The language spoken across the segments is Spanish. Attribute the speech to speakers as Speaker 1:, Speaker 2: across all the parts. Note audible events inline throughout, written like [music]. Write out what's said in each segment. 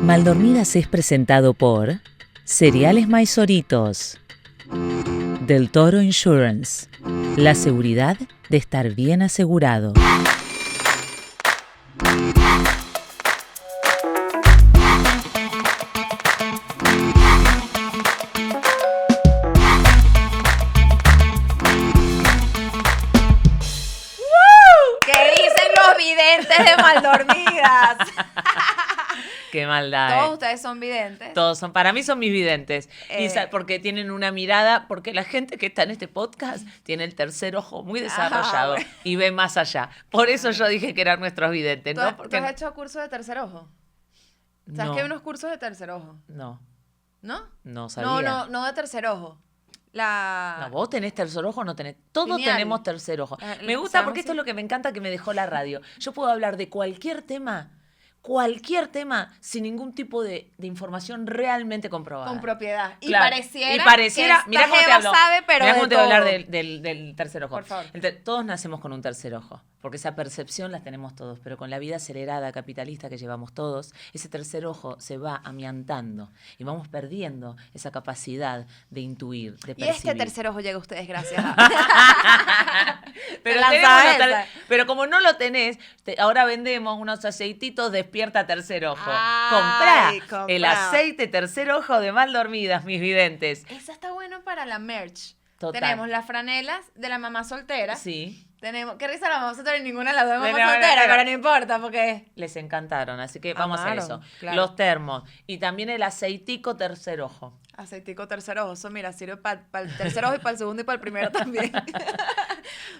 Speaker 1: Maldormidas es presentado por Cereales Maizoritos, Del Toro Insurance, la seguridad de estar bien asegurado.
Speaker 2: ¿Qué dicen los videntes de Maldormidas?
Speaker 1: [laughs] Qué maldad.
Speaker 2: Todos
Speaker 1: eh.
Speaker 2: ustedes son videntes.
Speaker 1: Todos son, para mí son mis videntes. Y
Speaker 2: Eh.
Speaker 1: sa- porque tienen una mirada, porque la gente que está en este podcast tiene el tercer ojo muy desarrollado
Speaker 2: bueno.
Speaker 1: y ve más allá. Por eso yo dije que eran nuestros videntes,
Speaker 2: ¿Tú,
Speaker 1: ¿no?
Speaker 2: has-
Speaker 1: Porque
Speaker 2: tú has hecho cursos de tercer ojo? ¿Sabes
Speaker 1: no,
Speaker 2: que hay unos cursos de tercer ojo?
Speaker 1: no,
Speaker 2: ¿No?
Speaker 1: no sabía.
Speaker 2: No, no, no de tercer ojo. La...
Speaker 1: No, vos tenés tercer ojo, no tenés. Todos
Speaker 2: Lineal.
Speaker 1: tenemos tercer ojo.
Speaker 2: Ah,
Speaker 1: Me
Speaker 2: lo-
Speaker 1: gusta
Speaker 2: seamos
Speaker 1: porque esto es
Speaker 2: así.
Speaker 1: lo que me encanta que me dejó la radio. Yo puedo hablar de cualquier tema, cualquier tema, sin ningún tipo de, de información realmente comprobada.
Speaker 2: Con propiedad. Y
Speaker 1: Claro.
Speaker 2: pareciera.
Speaker 1: Y pareciera.
Speaker 2: que
Speaker 1: mirá
Speaker 2: esta
Speaker 1: cómo te
Speaker 2: jeva
Speaker 1: hablo.
Speaker 2: sabe, pero.
Speaker 1: mirá
Speaker 2: de
Speaker 1: cómo te voy a hablar
Speaker 2: todo.
Speaker 1: del, del- del tercer ojo.
Speaker 2: Por favor.
Speaker 1: El ter- todos nacemos con un tercer ojo, porque esa percepción la tenemos todos, pero con la vida acelerada capitalista que llevamos todos, ese tercer ojo se va amiantando y vamos perdiendo esa capacidad de intuir, de
Speaker 2: Y
Speaker 1: percibir.
Speaker 2: este tercer ojo llega a ustedes,
Speaker 1: [laughs]
Speaker 2: gracias. a-
Speaker 1: pero,
Speaker 2: Te
Speaker 1: tenemos
Speaker 2: lanzaba
Speaker 1: unos ter-
Speaker 2: esa.
Speaker 1: pero como no lo tenés, te- ahora vendemos unos aceititos despierta tercer ojo.
Speaker 2: Ay,
Speaker 1: comprá el
Speaker 2: comprá.
Speaker 1: aceite tercer ojo de mal dormidas, mis videntes.
Speaker 2: Esa está bueno para la merch.
Speaker 1: Total.
Speaker 2: Tenemos las franelas de la mamá soltera.
Speaker 1: Sí.
Speaker 2: Tenemos. Qué risa la mamá soltera y ninguna de las dos es
Speaker 1: Bueno,
Speaker 2: mamá
Speaker 1: bueno,
Speaker 2: soltera,
Speaker 1: pero-
Speaker 2: pero no importa porque.
Speaker 1: Les encantaron, así que vamos a hacer
Speaker 2: Amaron,
Speaker 1: eso.
Speaker 2: claro.
Speaker 1: Los termos y también el aceitico tercer ojo.
Speaker 2: Aceitico tercer ojo, eso mira, sirve para el tercer ojo y para el segundo y para el
Speaker 1: [laughs]
Speaker 2: primero también.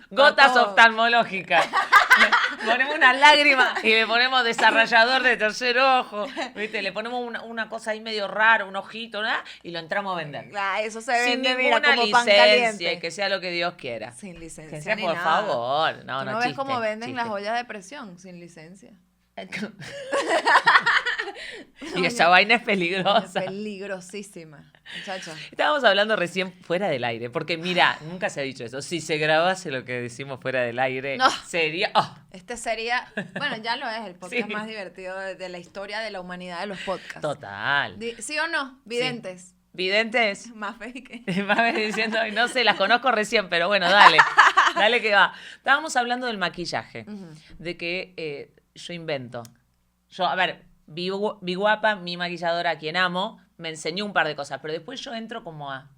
Speaker 1: Gotas
Speaker 2: todo.
Speaker 1: oftalmológicas. [laughs] Le ponemos una lágrima y le ponemos desarrollador de tercer ojo. ¿Viste? Le ponemos una, una cosa ahí medio rara, un ojito, ¿no? y lo entramos a vender.
Speaker 2: Ah, eso se
Speaker 1: Sin
Speaker 2: vende, mira,
Speaker 1: ninguna
Speaker 2: como pan
Speaker 1: licencia
Speaker 2: caliente.
Speaker 1: y que sea lo que Dios quiera.
Speaker 2: Sin licencia.
Speaker 1: Que sea,
Speaker 2: ni
Speaker 1: por
Speaker 2: nada.
Speaker 1: favor. No, no,
Speaker 2: ¿Tú no ves
Speaker 1: chiste,
Speaker 2: cómo venden
Speaker 1: chiste.
Speaker 2: las ollas de presión
Speaker 1: [laughs]
Speaker 2: sin licencia. [laughs]
Speaker 1: y esa vaina es
Speaker 2: Es
Speaker 1: peligrosa.
Speaker 2: peligrosísima, muchachos.
Speaker 1: Estábamos hablando recién fuera del aire, porque mira, nunca se ha dicho eso. Si se grabase lo que decimos fuera del aire,
Speaker 2: No.
Speaker 1: sería. oh,
Speaker 2: Este sería, bueno, ya lo es, el
Speaker 1: [laughs]
Speaker 2: podcast
Speaker 1: Sí.
Speaker 2: más divertido de, de la historia de la humanidad de los podcasts.
Speaker 1: total.
Speaker 2: Di- ¿Sí o no? Videntes.
Speaker 1: Videntes. [laughs]
Speaker 2: [laughs] Más fe que...
Speaker 1: Más me diciendo, "Ay, no sé, las conozco recién, pero bueno, dale. Dale que va. Estábamos hablando del maquillaje, de que eh, yo invento. Yo, a ver, vi, gu- vi guapa, mi maquilladora, a quien amo, me enseñó un par de cosas, pero después yo entro como a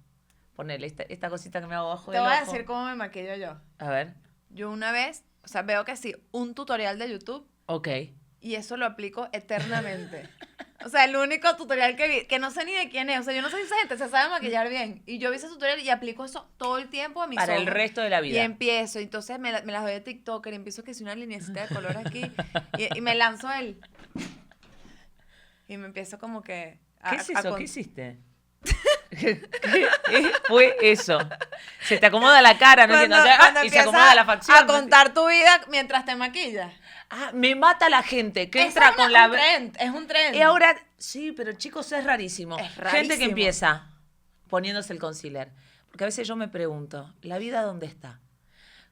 Speaker 1: ponerle esta, esta cosita que me hago abajo
Speaker 2: Te
Speaker 1: del
Speaker 2: voy a
Speaker 1: ojo.
Speaker 2: decir cómo me maquillo yo.
Speaker 1: A ver,
Speaker 2: Yo una vez, o sea, veo que sí, un tutorial de YouTube
Speaker 1: ok.
Speaker 2: y eso lo aplico eternamente. O sea, el único tutorial que vi, que no sé ni de quién es. O sea, yo no sé si esa gente se sabe maquillar bien. Y yo vi ese tutorial y aplico eso todo el tiempo a mis
Speaker 1: Para el
Speaker 2: ojos.
Speaker 1: resto de la
Speaker 2: Y em,
Speaker 1: vida.
Speaker 2: empiezo, entonces me, la- me las doy de TikToker y empiezo que si una linecita de color aquí y, y me lanzo el... Y me empiezo como que... a-
Speaker 1: ¿Qué es
Speaker 2: a
Speaker 1: eso?
Speaker 2: con-
Speaker 1: ¿Qué hiciste? ¿Qué fue eso? Se te acomoda la cara, no entiendo. O sea,
Speaker 2: cuando
Speaker 1: ah, y se
Speaker 2: empiezas
Speaker 1: acomoda la facción.
Speaker 2: A contar tu vida mientras te maquillas.
Speaker 1: Ah, me mata la gente que
Speaker 2: Esa
Speaker 1: entra
Speaker 2: es
Speaker 1: con la.
Speaker 2: una- un trend, es un trend.
Speaker 1: Y ahora, sí, pero chicos, es rarísimo.
Speaker 2: Es
Speaker 1: Gente que
Speaker 2: rarísimo.
Speaker 1: empieza poniéndose el concealer. Porque a veces yo me pregunto, ¿la vida dónde está?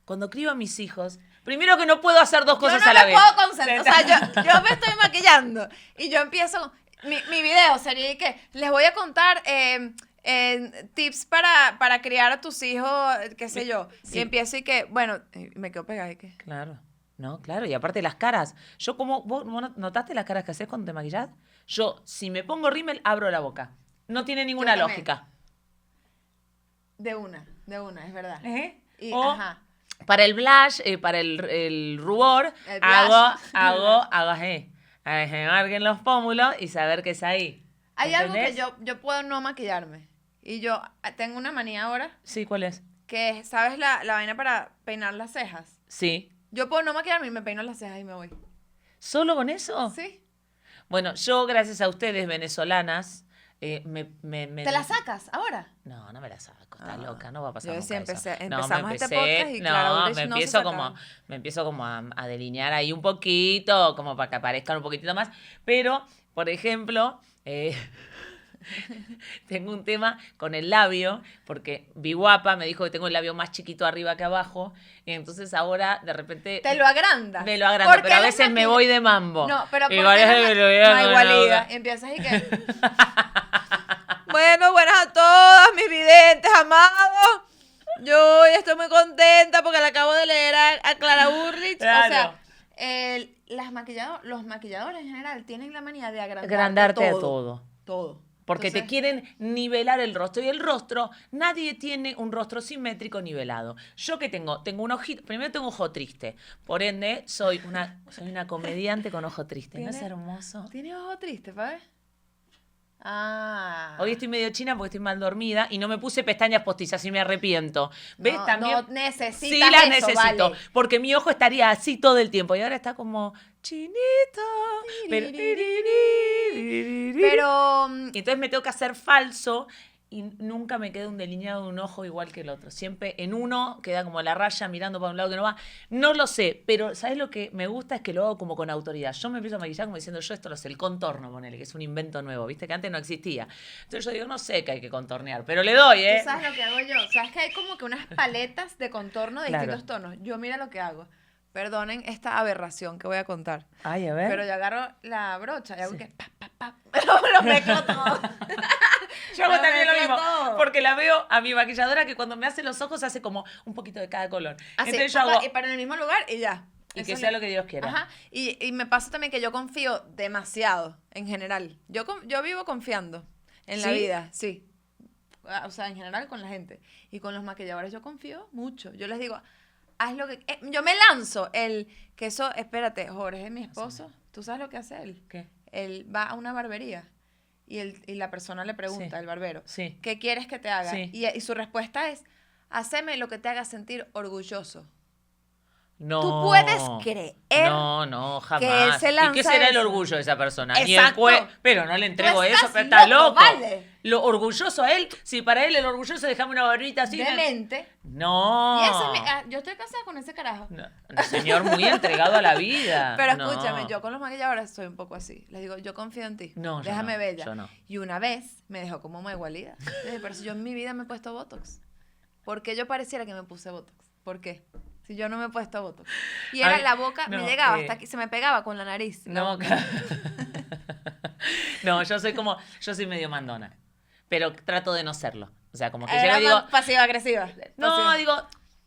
Speaker 1: Cuando crío a mis hijos, primero que no puedo hacer dos cosas
Speaker 2: yo no
Speaker 1: a la
Speaker 2: me
Speaker 1: vez.
Speaker 2: puedo concentrar. O sea, yo, yo me estoy maquillando y yo empiezo. con- Mi, mi video sería que les voy a contar eh, eh, tips para, para criar a tus hijos, eh, qué sé yo.
Speaker 1: Sí.
Speaker 2: Y empiezo y que, bueno, eh, me quedo pegada y que.
Speaker 1: Claro, no, claro. Y aparte las caras. Yo como, ¿vos vos no- notaste las caras que haces cuando te maquillás? Yo, si me pongo rímel, abro la boca. No tiene ninguna
Speaker 2: también.
Speaker 1: lógica.
Speaker 2: De una, de una, es verdad. ¿Eh? Y,
Speaker 1: Eh, O
Speaker 2: ajá.
Speaker 1: para el blush, eh, para el, el rubor,
Speaker 2: El blush. [laughs]
Speaker 1: hago, hago, hago así. A que se marquen los pómulos y saber que es ahí.
Speaker 2: Hay
Speaker 1: ¿Entendés?
Speaker 2: algo que yo, yo puedo no maquillarme. Y yo ah, tengo una manía ahora
Speaker 1: Sí, ¿cuál es?
Speaker 2: que es, ¿sabes la, la vaina para peinar las cejas?
Speaker 1: Sí.
Speaker 2: Yo puedo no maquillarme y me peino las cejas y me voy.
Speaker 1: ¿Solo con eso?
Speaker 2: ¿Sí?
Speaker 1: Bueno, yo, gracias a ustedes, venezolanas, eh, me, me- me-
Speaker 2: ¿Te las sacas ahora?
Speaker 1: No, no me la saco, está
Speaker 2: Ah.
Speaker 1: loca, no va a pasar
Speaker 2: Yo
Speaker 1: nunca
Speaker 2: decía,
Speaker 1: eso.
Speaker 2: empecé-
Speaker 1: No, me
Speaker 2: empezamos este
Speaker 1: empecé-
Speaker 2: podcast y Clara
Speaker 1: no,
Speaker 2: Ulrich
Speaker 1: me
Speaker 2: no se
Speaker 1: empiezo como
Speaker 2: sacaba.
Speaker 1: me empiezo como a, a delinear ahí un poquito, como para que aparezcan un poquitito más, pero por ejemplo, eh, [laughs] tengo un tema con el labio, porque vi guapa, me dijo que tengo el labio más chiquito arriba que abajo, y entonces ahora de repente...
Speaker 2: Te lo agranda.
Speaker 1: Me lo agrando, pero a veces me voy de mambo.
Speaker 2: No, pero
Speaker 1: Y
Speaker 2: porque [laughs]
Speaker 1: varias
Speaker 2: la-
Speaker 1: veces me lo voy
Speaker 2: no
Speaker 1: dando
Speaker 2: hay
Speaker 1: en la
Speaker 2: gualida.
Speaker 1: boca.
Speaker 2: Empiezas y que... [laughs] bueno, buenas a todas mis videntes, amados. Yo hoy estoy muy contenta porque la acabo de leer a, a Clara Urrich. O
Speaker 1: Claro.
Speaker 2: sea, el- las maquillado- los maquilladores en general tienen la manía de agrandarte,
Speaker 1: Agrandarte
Speaker 2: todo.
Speaker 1: a todo.
Speaker 2: Todo.
Speaker 1: Porque te
Speaker 2: Entonces,
Speaker 1: quieren nivelar el rostro. Y el rostro, nadie tiene un rostro simétrico nivelado. Yo que tengo, tengo un ojito, primero tengo ojo triste. Por ende, soy una, soy una comediante con ojo triste. ¿No es
Speaker 2: Tiene-
Speaker 1: hermoso?
Speaker 2: ¿Tienes ojo triste, pa' ver? Ah.
Speaker 1: Hoy estoy medio china porque estoy mal dormida y no me puse pestañas postizas y me arrepiento. ¿Ves?
Speaker 2: No,
Speaker 1: También.
Speaker 2: no necesitas
Speaker 1: sí, las
Speaker 2: eso,
Speaker 1: necesito.
Speaker 2: vale.
Speaker 1: Porque mi ojo estaría así todo el tiempo. Y ahora está como chinito. Pero,
Speaker 2: Pero mm,
Speaker 1: Y entonces me tengo que hacer falso y nunca me queda un delineado de un ojo igual que el otro. Siempre en uno queda como la raya mirando para un lado que no va. No lo sé, pero ¿sabes lo que me gusta? Es que lo hago como con autoridad. Yo me empiezo a maquillar como diciendo, yo esto lo sé, el contorno, ponele, que es un invento nuevo, ¿viste? Que antes no existía. Entonces yo digo, no sé que hay que contornear, pero le doy, ¿eh?
Speaker 2: ¿Tú sabes lo que hago yo? ¿Sabes que hay como que unas paletas de contorno de
Speaker 1: Claro.
Speaker 2: distintos tonos? Yo mira lo que hago. Perdonen esta aberración que voy a contar.
Speaker 1: Ay, a ver.
Speaker 2: Pero yo agarro la brocha y hago que pa, pa, pa, [laughs] lo mezclo todo.
Speaker 1: [laughs] Yo hago
Speaker 2: Lo
Speaker 1: también lo
Speaker 2: mezclo
Speaker 1: mismo.
Speaker 2: todo.
Speaker 1: Porque la veo a mi maquilladora que cuando me hace los ojos hace como un poquito de cada color.
Speaker 2: Así,
Speaker 1: Entonces yo
Speaker 2: pa, pa,
Speaker 1: hago.
Speaker 2: y para en el mismo lugar y ya.
Speaker 1: Y
Speaker 2: Eso
Speaker 1: que
Speaker 2: es
Speaker 1: sea lo que Dios quiera.
Speaker 2: Ajá. Y, y me pasa también que yo confío demasiado en general. Yo, con- yo vivo confiando en la
Speaker 1: ¿Sí?
Speaker 2: vida, sí. Ah, O sea, en general con la gente. Y con los maquilladores yo confío mucho. Yo les digo, haz lo que... eh, yo me lanzo el... Que eso, espérate, Jorge, mi esposo, ¿tú sabes lo que hace él?
Speaker 1: ¿Qué?
Speaker 2: Él va a una barbería y, él, y la persona le pregunta,
Speaker 1: Sí.
Speaker 2: el barbero,
Speaker 1: Sí.
Speaker 2: ¿qué quieres que te haga?
Speaker 1: Sí.
Speaker 2: Y, y su respuesta es, haceme lo que te haga sentir orgulloso.
Speaker 1: No.
Speaker 2: Tú puedes creer
Speaker 1: No, no, jamás.
Speaker 2: que él se
Speaker 1: ¿Y qué
Speaker 2: lanza
Speaker 1: será el
Speaker 2: eso?
Speaker 1: orgullo de esa persona? Ni el
Speaker 2: Exacto.
Speaker 1: cue- pero no le entrego
Speaker 2: estás
Speaker 1: eso, pero está
Speaker 2: loco,
Speaker 1: loco.
Speaker 2: vale.
Speaker 1: Lo orgulloso a él, si para él el orgulloso déjame una barbita así.
Speaker 2: de mente.
Speaker 1: No.
Speaker 2: Y ese es mi- ah, yo estoy casada con ese carajo.
Speaker 1: No, Un señor muy entregado a la vida.
Speaker 2: [laughs] Pero
Speaker 1: No.
Speaker 2: escúchame, yo con los maquilladores soy un poco así. Les digo, yo confío en ti.
Speaker 1: No, yo
Speaker 2: Déjame
Speaker 1: no,
Speaker 2: bella.
Speaker 1: yo no.
Speaker 2: Y una vez me dejó como una igualida. Le dije, pero si yo en mi vida me he puesto Botox. ¿Por qué yo pareciera que me puse Botox? ¿Por qué? Si yo no me he puesto Botox. Y
Speaker 1: A
Speaker 2: era
Speaker 1: mí-
Speaker 2: la boca, me
Speaker 1: no,
Speaker 2: llegaba
Speaker 1: eh.
Speaker 2: hasta aquí, se me pegaba con la nariz. la
Speaker 1: No,
Speaker 2: boca.
Speaker 1: ca- [laughs] no, yo soy como, yo soy medio mandona, pero trato de no serlo. O sea, como que
Speaker 2: Era
Speaker 1: yo digo,
Speaker 2: más pasiva-agresiva.
Speaker 1: no,
Speaker 2: Pasiva.
Speaker 1: digo,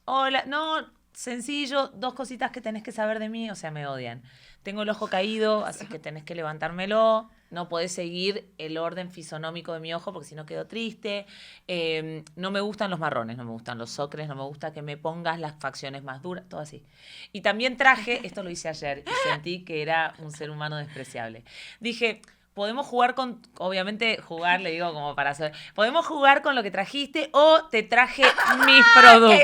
Speaker 1: hola, no, sencillo, dos cositas que tenés que saber de mí, o sea, me odian. Tengo el ojo caído, así que tenés que levantármelo. No podés seguir el orden fisonómico de mi ojo porque si no quedo triste. Eh, no me gustan los marrones, no me gustan los ocres, no me gusta que me pongas las facciones más duras, todo así. Y también traje, esto lo hice ayer, y sentí que era un ser humano despreciable. Dije, podemos jugar con, obviamente jugar, le digo como para hacer, podemos jugar con lo que trajiste o te traje mis productos.
Speaker 2: Qué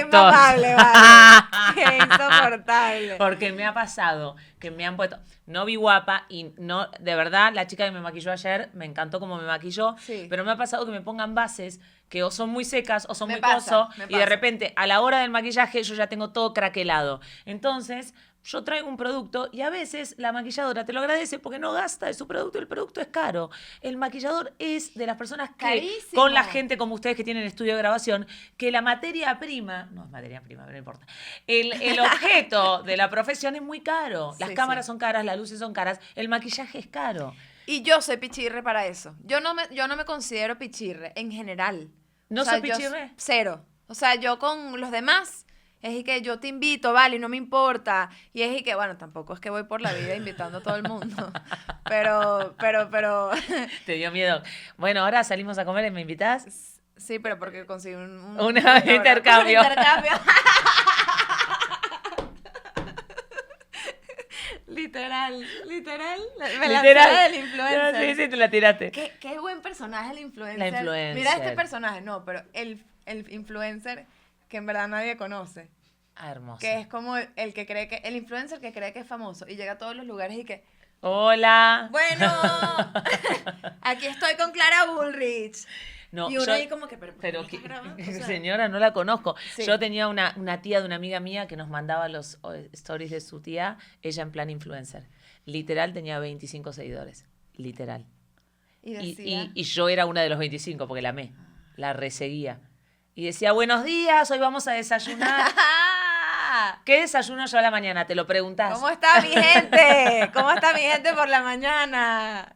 Speaker 1: [laughs]
Speaker 2: inmamable, vale. Qué insoportable.
Speaker 1: Porque me ha pasado que me han puesto. No vi guapa y no. De verdad, la chica que me maquilló ayer me encantó como me maquilló.
Speaker 2: Sí.
Speaker 1: Pero me ha pasado que me pongan bases que o son muy secas o son
Speaker 2: Me
Speaker 1: muy
Speaker 2: pasa,
Speaker 1: coso.
Speaker 2: me
Speaker 1: Y de
Speaker 2: pasa.
Speaker 1: repente, a la hora del maquillaje, yo ya tengo todo craquelado. Entonces. Yo traigo un producto y a veces la maquilladora te lo agradece porque no gasta de su producto, el producto es caro. El maquillador es de las personas que,
Speaker 2: Carísimo.
Speaker 1: con la gente como ustedes que tienen estudio de grabación, que la materia prima, no es materia prima, pero no importa, el,
Speaker 2: [laughs]
Speaker 1: el objeto de la profesión es muy caro. Las
Speaker 2: Sí,
Speaker 1: cámaras
Speaker 2: sí.
Speaker 1: son caras, las luces son caras, el maquillaje es caro.
Speaker 2: Y yo soy pichirre para eso. Yo no me, yo no me considero pichirre en general.
Speaker 1: ¿No sos
Speaker 2: yo
Speaker 1: pichirre?
Speaker 2: s- Cero. O sea, yo con los demás es y que yo te invito, vale, y no me importa. Y es y que, bueno, tampoco es que voy por la vida invitando a todo
Speaker 1: [laughs]
Speaker 2: el mundo. Pero, pero, pero. [laughs]
Speaker 1: Te dio miedo. Bueno, ahora salimos a comer y me
Speaker 2: [laughs]
Speaker 1: invitás.
Speaker 2: Sí, pero porque conseguí un,
Speaker 1: Un
Speaker 2: un-
Speaker 1: [laughs]
Speaker 2: un
Speaker 1: intercambio.
Speaker 2: un
Speaker 1: [laughs]
Speaker 2: intercambio. literal, literal. Me lancé del influencer.
Speaker 1: Sí, sí, te la tiraste.
Speaker 2: Qué, qué buen personaje el influencer.
Speaker 1: La influencer.
Speaker 2: Mira este personaje, no, pero el, el influencer que en verdad nadie conoce.
Speaker 1: Ah, hermoso.
Speaker 2: Que es como el, el que cree que, el influencer que cree que es famoso y llega a todos los lugares
Speaker 1: [laughs]
Speaker 2: y que,
Speaker 1: Hola.
Speaker 2: bueno, [laughs] aquí estoy con Clara Bullrich.
Speaker 1: No,
Speaker 2: y uno
Speaker 1: yo-
Speaker 2: ahí como que, pero, ¿por qué
Speaker 1: Pero
Speaker 2: me
Speaker 1: que- [laughs]
Speaker 2: estás grabando? O sea,
Speaker 1: señora, no la conozco.
Speaker 2: Sí.
Speaker 1: Yo tenía una, una tía de una amiga mía que nos mandaba los o, stories de su tía, ella en plan influencer. Literal tenía 25 seguidores. Literal.
Speaker 2: Y
Speaker 1: Y,
Speaker 2: decía. Ah.
Speaker 1: y- y yo era una de los 25 porque la amé. La reseguía. Y decía, buenos días, hoy vamos a
Speaker 2: [laughs]
Speaker 1: desayunar. ¿Qué desayuno yo a la mañana? Te lo preguntás.
Speaker 2: ¿Cómo está mi gente? ¿Cómo está mi gente por la mañana?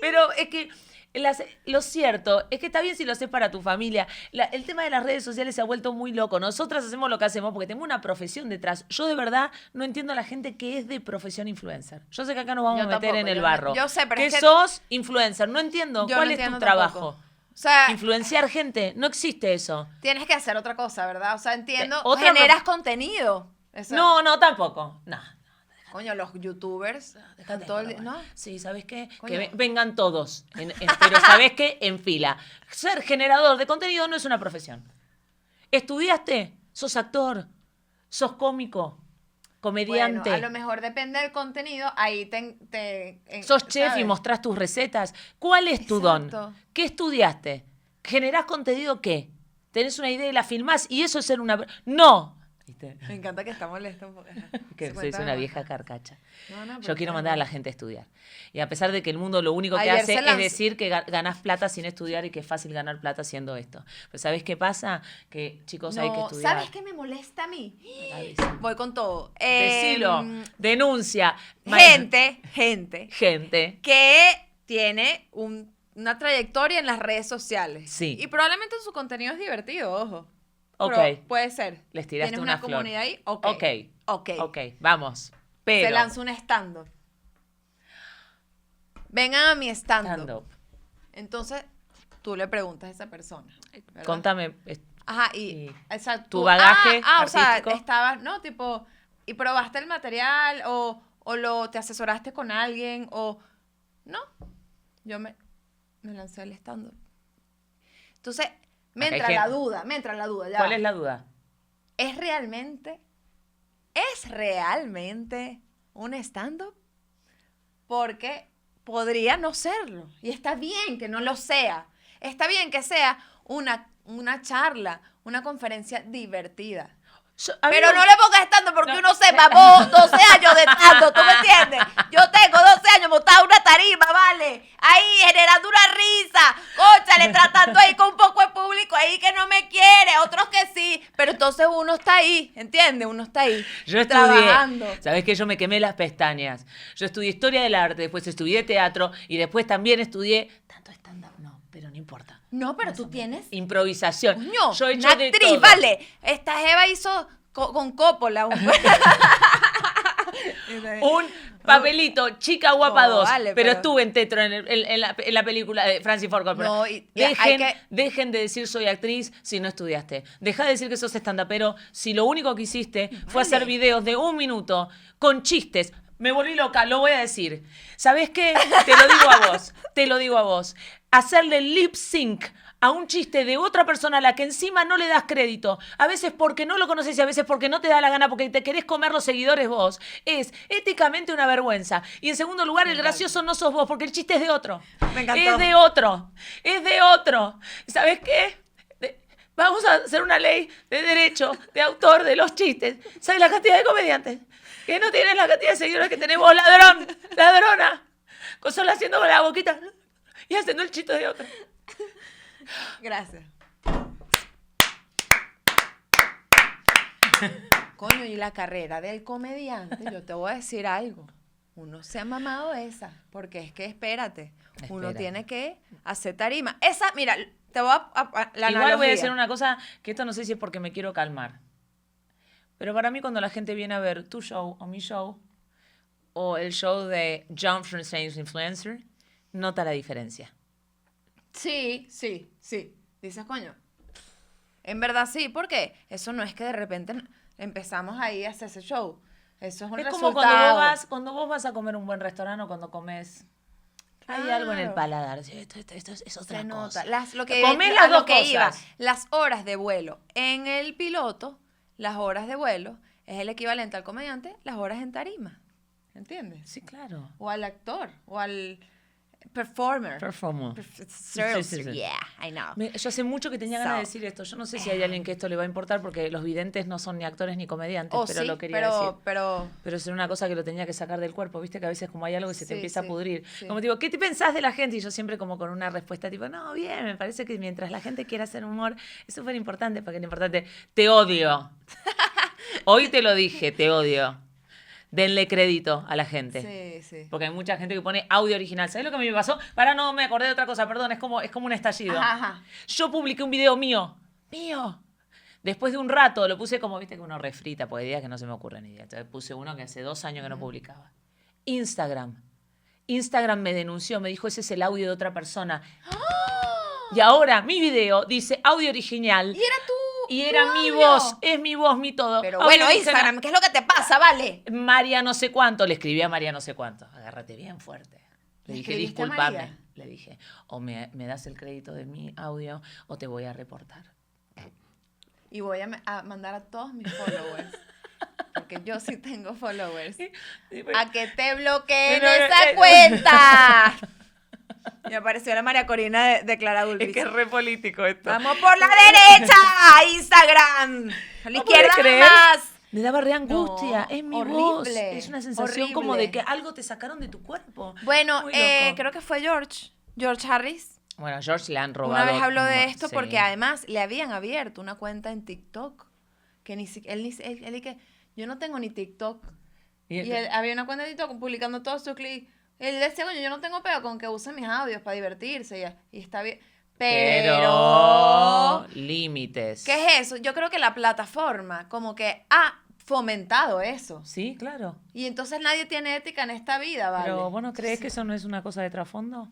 Speaker 1: Pero es que las- lo cierto es que está bien si lo haces para tu familia. La- el tema de las redes sociales se ha vuelto muy loco. Nosotras hacemos lo que hacemos porque tengo una profesión detrás. Yo de verdad no entiendo a la gente que es de profesión influencer. Yo sé que acá nos vamos
Speaker 2: Yo
Speaker 1: a meter
Speaker 2: tampoco,
Speaker 1: en el
Speaker 2: yo-
Speaker 1: barro.
Speaker 2: yo sé, pero
Speaker 1: que
Speaker 2: es que-
Speaker 1: sos influencer. No entiendo.
Speaker 2: Yo
Speaker 1: ¿Cuál
Speaker 2: no
Speaker 1: es tu
Speaker 2: entiendo
Speaker 1: trabajo?
Speaker 2: tampoco. O sea,
Speaker 1: Influenciar gente. No existe eso.
Speaker 2: tienes que hacer otra cosa, ¿verdad? O sea, entiendo.
Speaker 1: Otra
Speaker 2: generas contenido. Eso-
Speaker 1: No, no, tampoco. No.
Speaker 2: Coño, los youtubers. están
Speaker 1: Ah, Déjate
Speaker 2: todo el
Speaker 1: de
Speaker 2: día-
Speaker 1: joder.
Speaker 2: ¿no?
Speaker 1: Sí, ¿sabes qué? Que
Speaker 2: Coño.
Speaker 1: ve- vengan todos. En- en- pero [laughs] ¿sabes qué? En fila. Ser generador de contenido no es una profesión. Estudiaste, sos actor, sos cómico,
Speaker 2: Bueno,
Speaker 1: comediante,
Speaker 2: a lo mejor depende del contenido, ahí te... te- eh,
Speaker 1: sos chef y
Speaker 2: ¿sabes?
Speaker 1: mostrás tus recetas. ¿Cuál es tu don?
Speaker 2: Exacto.
Speaker 1: ¿Qué estudiaste? ¿Generás contenido qué? ¿Tenés una idea y la filmás? Y eso es ser una... ¡No! ¿Viste?
Speaker 2: Me encanta que está molesto. pues, porque-
Speaker 1: [laughs] Que
Speaker 2: se
Speaker 1: soy
Speaker 2: cuenta
Speaker 1: una
Speaker 2: de-
Speaker 1: vieja carcacha.
Speaker 2: No, Ah, no,
Speaker 1: Yo
Speaker 2: pero
Speaker 1: quiero
Speaker 2: bueno.
Speaker 1: mandar a la gente a estudiar. Y a pesar de que el mundo lo único que
Speaker 2: Ayer
Speaker 1: hace
Speaker 2: se
Speaker 1: es
Speaker 2: lanzó-
Speaker 1: decir que ga- ganás plata sin estudiar y que es fácil ganar plata haciendo esto. Pero ¿sabés qué pasa? Que chicos hay que
Speaker 2: No,
Speaker 1: estudiar.
Speaker 2: ¿sabes qué me molesta a mí?
Speaker 1: La cabeza.
Speaker 2: Voy con todo.
Speaker 1: Decilo,
Speaker 2: Em,
Speaker 1: denuncia. Ma-
Speaker 2: gente, gente,
Speaker 1: Gente.
Speaker 2: que tiene un- una trayectoria en las redes sociales.
Speaker 1: Sí.
Speaker 2: Y probablemente su contenido es divertido, ojo.
Speaker 1: Ok.
Speaker 2: Pero puede ser.
Speaker 1: Les tiraste
Speaker 2: ¿Tienes
Speaker 1: una
Speaker 2: una,
Speaker 1: flor.
Speaker 2: comunidad ahí? Ok.
Speaker 1: Ok.
Speaker 2: Ok.
Speaker 1: Ok, vamos. Pero.
Speaker 2: Se lanza un stand-up. Vengan a mi stand-up.
Speaker 1: stand-up.
Speaker 2: Entonces, tú le preguntas a esa persona. ¿verdad?
Speaker 1: Contame. es-
Speaker 2: Ajá, y,
Speaker 1: Y
Speaker 2: exacto,
Speaker 1: tu
Speaker 2: tú-
Speaker 1: bagaje
Speaker 2: Ah, ah, o
Speaker 1: artístico.
Speaker 2: sea, estabas, no, tipo, y probaste el material o, o lo te asesoraste con alguien o no. Yo me, me lancé al stand up. Entonces, me
Speaker 1: Acá hay
Speaker 2: entra la
Speaker 1: gente.
Speaker 2: duda, me entra la duda ya.
Speaker 1: ¿Cuál
Speaker 2: va.
Speaker 1: es la duda?
Speaker 2: ¿Es realmente es realmente un stand up? Porque podría no serlo y está bien que no lo sea. Está bien que sea una una charla, una conferencia divertida.
Speaker 1: Yo- a mí
Speaker 2: Pero
Speaker 1: me-
Speaker 2: no le pongas stand up porque
Speaker 1: No.
Speaker 2: uno sepa, vos, 12 años de stand up, ¿tú
Speaker 1: [laughs]
Speaker 2: me entiendes? Yo tengo 12 años montada en una tarima, ¿vale? Ahí generando una risa, cóchale, tratando ahí con un poco de público ahí que no me quiere, otros que sí, pero entonces uno está ahí, ¿entiendes? Uno está ahí
Speaker 1: Yo
Speaker 2: trabajando.
Speaker 1: estudié, ¿sabes que Yo me quemé las pestañas. Yo estudié historia del arte, después estudié teatro y después también estudié tanto stand-up, no, pero no importa.
Speaker 2: No, pero tú tienes,
Speaker 1: Improvisación.
Speaker 2: coño,
Speaker 1: Yo he hecho
Speaker 2: una
Speaker 1: de
Speaker 2: actriz,
Speaker 1: todo.
Speaker 2: ¿vale? Esta Jeva hizo co- con Coppola un... [laughs]
Speaker 1: Un papelito, chica guapa
Speaker 2: No,
Speaker 1: dos,
Speaker 2: Oh, vale,
Speaker 1: pero
Speaker 2: pero-
Speaker 1: estuve en Tetro, en, el- en- en la, en la película de Francis Ford Coppola.
Speaker 2: No, y- y hay
Speaker 1: dejen,
Speaker 2: que-
Speaker 1: dejen de decir soy actriz si no estudiaste. Deja de decir que sos estandapero si lo único que hiciste fue hacer videos de un minuto con chistes. Me volví loca, lo voy a decir. ¿Sabés qué? Te lo digo a vos, te lo digo a vos. Hacerle lip sync a un chiste de otra persona a la que encima no le das crédito, a veces porque no lo conoces y a veces porque no te da la gana, porque te querés comer los seguidores vos, es éticamente una vergüenza. Y en segundo lugar, el gracioso no sos vos, porque el chiste es de otro.
Speaker 2: Me encantó.
Speaker 1: Es de otro, es de otro. ¿Sabes qué? De- Vamos a hacer una ley de derecho de autor de los chistes. ¿Sabes la cantidad de comediantes? Que no tienen la cantidad de seguidores que tenemos, ladrón, ladrona. Con Solo haciendo con la boquita y haciendo el chiste de otro.
Speaker 2: Gracias. Coño, y la carrera del comediante, yo te voy a decir algo. Uno se ha mamado esa, porque es que espérate, uno
Speaker 1: Espérate.
Speaker 2: tiene que hacer tarima. Esa, mira, te voy a, a- a- la
Speaker 1: Igual voy a
Speaker 2: analogía.
Speaker 1: decir una cosa que esto no sé si es porque me quiero calmar. Pero para mí cuando la gente viene a ver tu show o mi show o el show de John Francis Influencer, nota la diferencia.
Speaker 2: Sí, sí, sí. Dices, coño. En verdad sí, porque eso no es que de repente empezamos ahí a hacer ese show. Eso es un
Speaker 1: es
Speaker 2: resultado.
Speaker 1: como cuando vos, vas, cuando vos vas a comer un buen restaurante o cuando comes. Hay algo en el
Speaker 2: Claro.
Speaker 1: paladar. sí, Esto, esto- esto es- es otra
Speaker 2: Se
Speaker 1: cosa.
Speaker 2: nota. Las, lo que,
Speaker 1: Comés
Speaker 2: a
Speaker 1: las
Speaker 2: lo
Speaker 1: dos
Speaker 2: que iba,
Speaker 1: cosas.
Speaker 2: las horas de vuelo. En el piloto, las horas de vuelo es el equivalente al comediante, las horas en tarima. ¿Entiendes?
Speaker 1: Sí, claro.
Speaker 2: O al actor, o al... Performer.
Speaker 1: Performo.
Speaker 2: Perf- Serve,
Speaker 1: sí, sí.
Speaker 2: Yeah, I know.
Speaker 1: Me- yo hace mucho que tenía ganas de
Speaker 2: So.
Speaker 1: decir esto. Yo no sé si hay alguien que esto le va a importar porque los videntes no son ni actores ni comediantes,
Speaker 2: Oh,
Speaker 1: pero
Speaker 2: sí,
Speaker 1: lo quería
Speaker 2: pero,
Speaker 1: decir.
Speaker 2: pero
Speaker 1: Pero eso era una cosa que lo tenía que sacar del cuerpo, viste que a veces como hay algo que se
Speaker 2: Sí,
Speaker 1: te empieza
Speaker 2: sí,
Speaker 1: a pudrir.
Speaker 2: sí.
Speaker 1: Como te digo, ¿qué te pensás de la gente? Y yo siempre como con una respuesta tipo, no, bien, me parece que mientras la gente quiera hacer humor, es súper importante, porque lo importante, te
Speaker 2: [laughs]
Speaker 1: odio. Hoy te lo dije, te odio. Denle crédito a la gente.
Speaker 2: sí, sí.
Speaker 1: Porque hay mucha gente que pone audio original. ¿Sabes lo que a mí me pasó? Para no me acordé de otra cosa, perdón, es como, es como un estallido.
Speaker 2: Ajá, ajá.
Speaker 1: Yo publiqué un video mío. Mío. Después de un rato lo puse como, viste, que uno refrita, porque hay días que no se me ocurren ideas. Entonces puse uno que hace dos años que no publicaba. Instagram. Instagram me denunció, me dijo, ese es el audio de otra persona. Y ahora mi video dice audio original.
Speaker 2: ¡Ah! Y era tú.
Speaker 1: Y
Speaker 2: tu
Speaker 1: era mi
Speaker 2: audio.
Speaker 1: voz, es mi voz, mi todo.
Speaker 2: Pero
Speaker 1: Audio
Speaker 2: bueno,
Speaker 1: original.
Speaker 2: Instagram, ¿qué es lo que te pasa, vale?
Speaker 1: María no sé cuánto, le escribí a María no sé cuánto. Agárrate bien fuerte. Le
Speaker 2: ¿Le
Speaker 1: dije,
Speaker 2: escribiste a María?
Speaker 1: disculpame. Le dije, o me, me das el crédito de mi audio o te voy a reportar.
Speaker 2: Y voy a, ma- a mandar a todos mis followers. Porque yo sí tengo followers. A que te bloqueen
Speaker 1: Pero,
Speaker 2: esa
Speaker 1: eh,
Speaker 2: cuenta. [laughs] Me apareció la María Corina de, de Clara Ulrich.
Speaker 1: es que es re político esto.
Speaker 2: Vamos por la derecha, Instagram. A
Speaker 1: ¿No
Speaker 2: la izquierda
Speaker 1: podés creer?
Speaker 2: más.
Speaker 1: Me daba re angustia,
Speaker 2: No,
Speaker 1: es mi
Speaker 2: horrible,
Speaker 1: voz. Es una sensación como de
Speaker 2: horrible.
Speaker 1: que algo te sacaron de tu cuerpo.
Speaker 2: Bueno,
Speaker 1: Muy
Speaker 2: eh,
Speaker 1: loco.
Speaker 2: creo que fue George, George Harris.
Speaker 1: Bueno, a George le han robado.
Speaker 2: Una vez habló de
Speaker 1: como-
Speaker 2: esto
Speaker 1: sí.
Speaker 2: porque además le habían abierto una cuenta en TikTok. Que ni si- él, ni- él, él y que yo no tengo ni TikTok.
Speaker 1: Y-
Speaker 2: Y él había una cuenta de TikTok publicando todos sus clics. Él decía, coño, yo no tengo peo con que use mis audios para divertirse. Y, y está bien. Pero...
Speaker 1: Pero. Límites.
Speaker 2: ¿Qué es eso? Yo creo que la plataforma como que ha fomentado eso.
Speaker 1: Sí, claro.
Speaker 2: Y entonces nadie tiene ética en esta vida, ¿vale?
Speaker 1: Pero vos no crees que eso no es una cosa de trasfondo?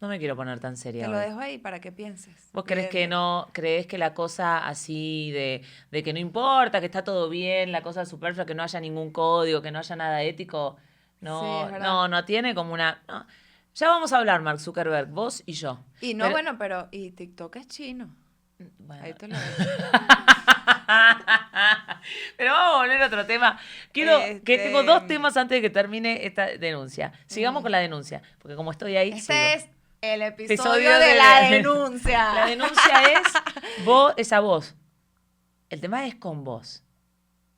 Speaker 1: No me quiero poner tan seria.
Speaker 2: Te lo
Speaker 1: hoy.
Speaker 2: dejo ahí para que pienses.
Speaker 1: ¿Vos crees que no, crees que la cosa así de, de que no importa, que está todo bien, la cosa superflua, que no haya ningún código, que no haya nada ético,
Speaker 2: Sí,
Speaker 1: no,
Speaker 2: es verdad.
Speaker 1: no, no tiene como una. no. Ya vamos a hablar, Mark Zuckerberg, vos y yo.
Speaker 2: Y no,
Speaker 1: Pero- Ah,
Speaker 2: bueno, pero... Y TikTok es chino.
Speaker 1: bueno.
Speaker 2: Ahí te lo dejo.
Speaker 1: [laughs] Pero vamos a volver a otro tema. Quiero que
Speaker 2: Este- Mm.
Speaker 1: tengo dos temas antes de que termine esta denuncia. Sigamos con la denuncia, porque como estoy ahí. sigo.
Speaker 2: Este es el episodio,
Speaker 1: Episodio
Speaker 2: de,
Speaker 1: de- [laughs]
Speaker 2: la denuncia.
Speaker 1: La denuncia
Speaker 2: [laughs]
Speaker 1: es vos, esa voz. El tema es con vos.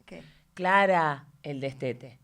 Speaker 2: ¿Qué?
Speaker 1: Clara, el destete.